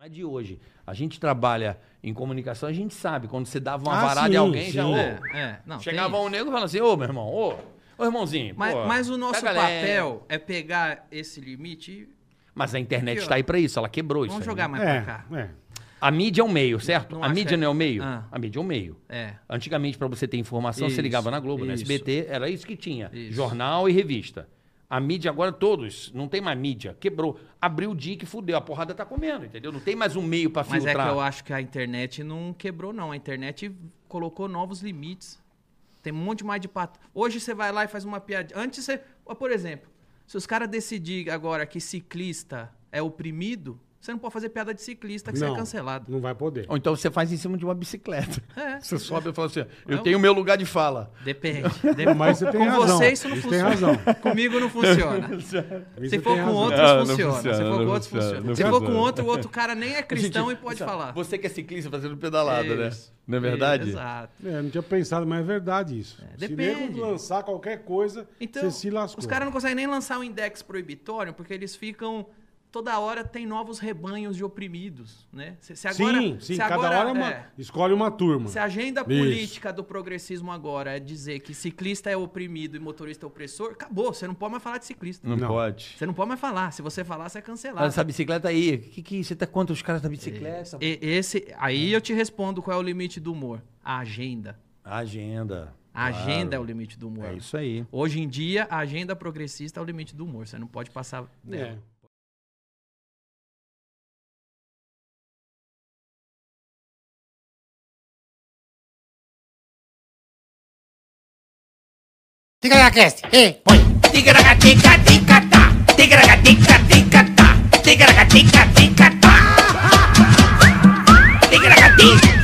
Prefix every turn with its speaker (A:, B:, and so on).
A: é de hoje. A gente trabalha em comunicação, a gente sabe. Quando você dava uma
B: Ah,
A: varada
B: sim,
A: em alguém, já.
B: sim.
A: ô,
B: É,
C: é, não,
A: chegava
C: tem
A: um
C: isso.
A: negro e falava assim: ô, meu irmão, ô, ô irmãozinho.
C: Mas,
A: pô,
C: mas o nosso
A: pega leve."
C: papel é pegar esse limite
A: Mas a internet
C: Aqui, ó.
A: tá aí pra isso, ela quebrou
C: e
A: isso.
C: vamos
A: aí,
C: jogar
A: né?
C: mais
B: é,
C: pra cá.
B: é.
A: A mídia é um meio, certo?
C: Não
A: a
C: acha-
A: mídia não é o meio?
C: Ah.
A: A mídia é um meio.
C: É.
A: Antigamente, pra você ter informação,
C: Isso,
A: você ligava na Globo, na
C: isso.
A: SBT, era isso que tinha.
C: Isso.
A: Jornal e revista. A mídia agora, todos, não tem mais mídia. Quebrou. Abriu o dique, fudeu. A porrada tá comendo, entendeu? Não tem mais um meio pra
C: Mas é que
A: filtrar.
C: eu acho que a internet não quebrou, não. A internet colocou novos limites. Tem um monte mais de pato. Hoje você vai lá e faz uma piadinha. Antes você. Ó, Por exemplo, se os caras decidirem agora que ciclista é oprimido, você não pode fazer piada de ciclista que você é cancelado.
B: Não vai poder.
A: Ou então você faz em cima de uma bicicleta.
C: É.
A: Você sobe e fala assim:
C: É
A: eu
C: um-
A: tenho o meu lugar de fala.
C: Depende. Depende.
B: mas você tem
C: com
B: razão.
C: você isso não
B: Isso tem
C: funciona.
B: razão.
C: Comigo não funciona.
B: Isso
C: Se
B: eu
C: for
B: tenho
C: com
B: razão.
C: outros,
D: Ah, não
C: funciona. Se
D: funciona,
C: for com
D: não
C: outros,
D: funciona,
C: funciona.
D: não
C: Se for com
D: funciona.
C: outro, o outro cara nem é cristão e pode falar.
A: Você que é ciclista fazendo pedalada,
C: Isso.
A: né? Não é verdade?
C: Exato.
B: É, não tinha pensado, mas é verdade isso. Se
C: depende.
B: nego lançar qualquer coisa,
C: Então,
B: você se lascou.
C: os caras não conseguem nem lançar um index proibitório, porque eles ficam. Toda hora tem novos rebanhos de oprimidos, né? Se, se agora,
B: sim, sim,
C: se
B: cada
C: agora-
B: hora é uma-
C: é,
B: escolhe uma turma.
C: se a agenda
B: Isso.
C: política do progressismo agora é dizer que ciclista é oprimido e motorista é opressor, acabou. Você não pode mais falar de ciclista.
D: Não,
B: Não.
D: pode.
C: Você não pode mais falar. Se você falar, você é cancelado.
A: Olha essa bicicleta aí. Que que você tá contra os caras da bicicleta?
C: E- esse, aí eu te respondo qual é o limite do humor. A agenda.
A: Agenda.
C: A agenda é o limite do humor.
A: É isso aí.
C: Hoje em dia, a agenda progressista é o limite do humor. Você não pode passar dela.
B: É.
E: Ticaracast, ei, põe.
F: Tica-tica-tica-tica-tá. Tica-tica-tica-tica-tá. Tica-tica-tica.